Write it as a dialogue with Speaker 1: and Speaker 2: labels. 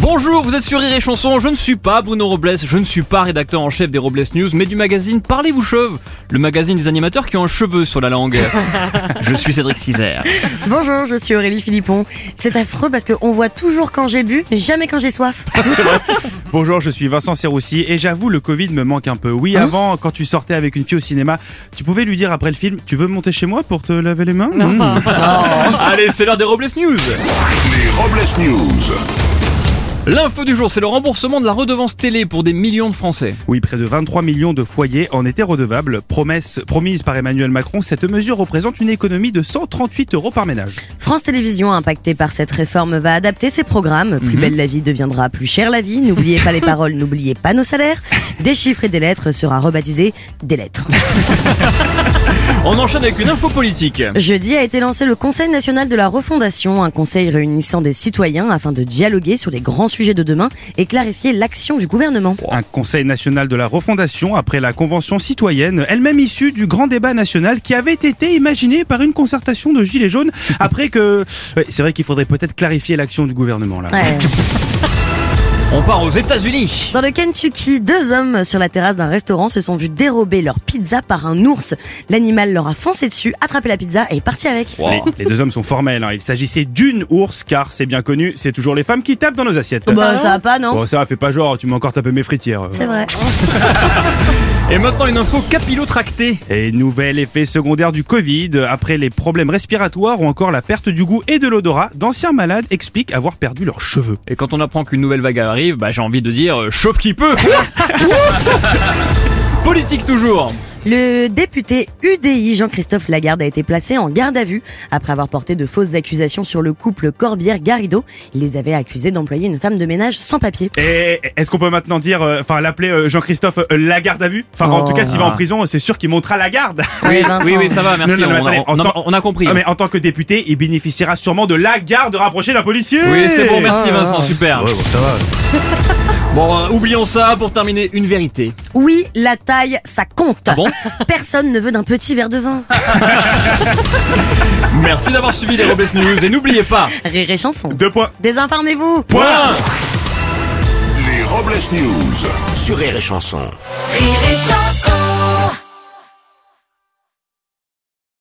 Speaker 1: Bonjour, vous êtes sur Rire et Chanson, je ne suis pas Bruno Robles, je ne suis pas rédacteur en chef des Robles News, mais du magazine Parlez-vous Chauve, le magazine des animateurs qui ont un cheveu sur la langue. je suis Cédric Cizer.
Speaker 2: Bonjour, je suis Aurélie Philippon. C'est affreux parce qu'on voit toujours quand j'ai bu, mais jamais quand j'ai soif.
Speaker 3: Bonjour, je suis Vincent Serroussi et j'avoue le Covid me manque un peu. Oui, avant, quand tu sortais avec une fille au cinéma, tu pouvais lui dire après le film, tu veux monter chez moi pour te laver les mains Mmh.
Speaker 1: Allez, c'est l'heure des Robles News
Speaker 4: Les Robles News.
Speaker 1: L'info du jour, c'est le remboursement de la redevance télé pour des millions de Français.
Speaker 3: Oui, près de 23 millions de foyers en étaient redevables. Promesse promise par Emmanuel Macron, cette mesure représente une économie de 138 euros par ménage.
Speaker 2: France Télévisions, impactée par cette réforme, va adapter ses programmes. Plus belle la vie deviendra plus chère la vie. N'oubliez pas les paroles, n'oubliez pas nos salaires. Des chiffres et des lettres sera rebaptisé des lettres.
Speaker 1: On enchaîne avec une info politique.
Speaker 2: Jeudi a été lancé le Conseil national de la refondation, un conseil réunissant des citoyens afin de dialoguer sur les grands sujets de demain et clarifier l'action du gouvernement.
Speaker 3: Un conseil national de la refondation après la convention citoyenne, elle-même issue du grand débat national qui avait été imaginé par une concertation de gilets jaunes après que... Ouais, c'est vrai qu'il faudrait peut-être clarifier l'action du gouvernement là.
Speaker 2: Ouais.
Speaker 1: On part aux États-Unis.
Speaker 2: Dans le Kentucky, deux hommes sur la terrasse d'un restaurant se sont vus dérober leur pizza par un ours. L'animal leur a foncé dessus, attrapé la pizza et est parti avec.
Speaker 1: Wow.
Speaker 3: Les, les deux hommes sont formels. hein. Il s'agissait d'une ours, car c'est bien connu, c'est toujours les femmes qui tapent dans nos assiettes.
Speaker 2: Oh bah ça va pas non
Speaker 3: Bon, ça, fais pas genre, tu m'as encore tapé mes fritières. euh.
Speaker 2: C'est vrai.
Speaker 1: Et maintenant une info capillotractée.
Speaker 3: Et nouvel effet secondaire du Covid, après les problèmes respiratoires ou encore la perte du goût et de l'odorat, d'anciens malades expliquent avoir perdu leurs cheveux.
Speaker 1: Et quand on apprend qu'une nouvelle vague arrive, bah j'ai envie de dire euh, chauffe qui peut. Politique toujours.
Speaker 2: Le député UDI Jean-Christophe Lagarde a été placé en garde à vue après avoir porté de fausses accusations sur le couple Corbière-Garrido. Il les avait accusés d'employer une femme de ménage sans papier.
Speaker 3: Et est-ce qu'on peut maintenant dire, euh, enfin l'appeler euh, Jean-Christophe euh, Lagarde à vue Enfin en
Speaker 2: Oh.
Speaker 3: tout cas, s'il va en
Speaker 1: Ah.
Speaker 3: prison, c'est sûr qu'il montera la garde.
Speaker 2: Allez, Vincent.
Speaker 1: Oui, oui, ça va, merci.
Speaker 3: Non, non, mais
Speaker 1: on, a-
Speaker 3: attendez,
Speaker 1: on a-
Speaker 3: en tant-
Speaker 1: on a compris.
Speaker 3: Ah, mais en tant que député, il bénéficiera sûrement de la garde rapprochée d'un policier.
Speaker 1: Oui, c'est bon, merci
Speaker 2: Ah,
Speaker 1: Vincent,
Speaker 2: ah.
Speaker 1: super.
Speaker 3: Ouais, bon, ça va.
Speaker 1: Bon, euh, oublions ça pour terminer une vérité.
Speaker 2: Oui, la taille, ça compte.
Speaker 1: Ah bon
Speaker 2: Personne ne veut d'un petit verre de vin.
Speaker 1: Merci d'avoir suivi les Robles News et n'oubliez pas.
Speaker 2: Rire et chanson.
Speaker 3: Deux points.
Speaker 2: Désinformez-vous.
Speaker 1: Point.
Speaker 4: Les Robles News sur Rire et Chanson.
Speaker 5: Rire et chanson